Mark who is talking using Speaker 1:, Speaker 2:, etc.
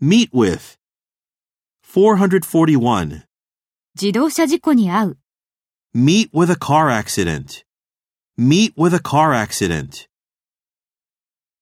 Speaker 1: Meet with. 441.
Speaker 2: 自動車事故に遭う。
Speaker 1: Meet with a car accident. Meet with a car accident.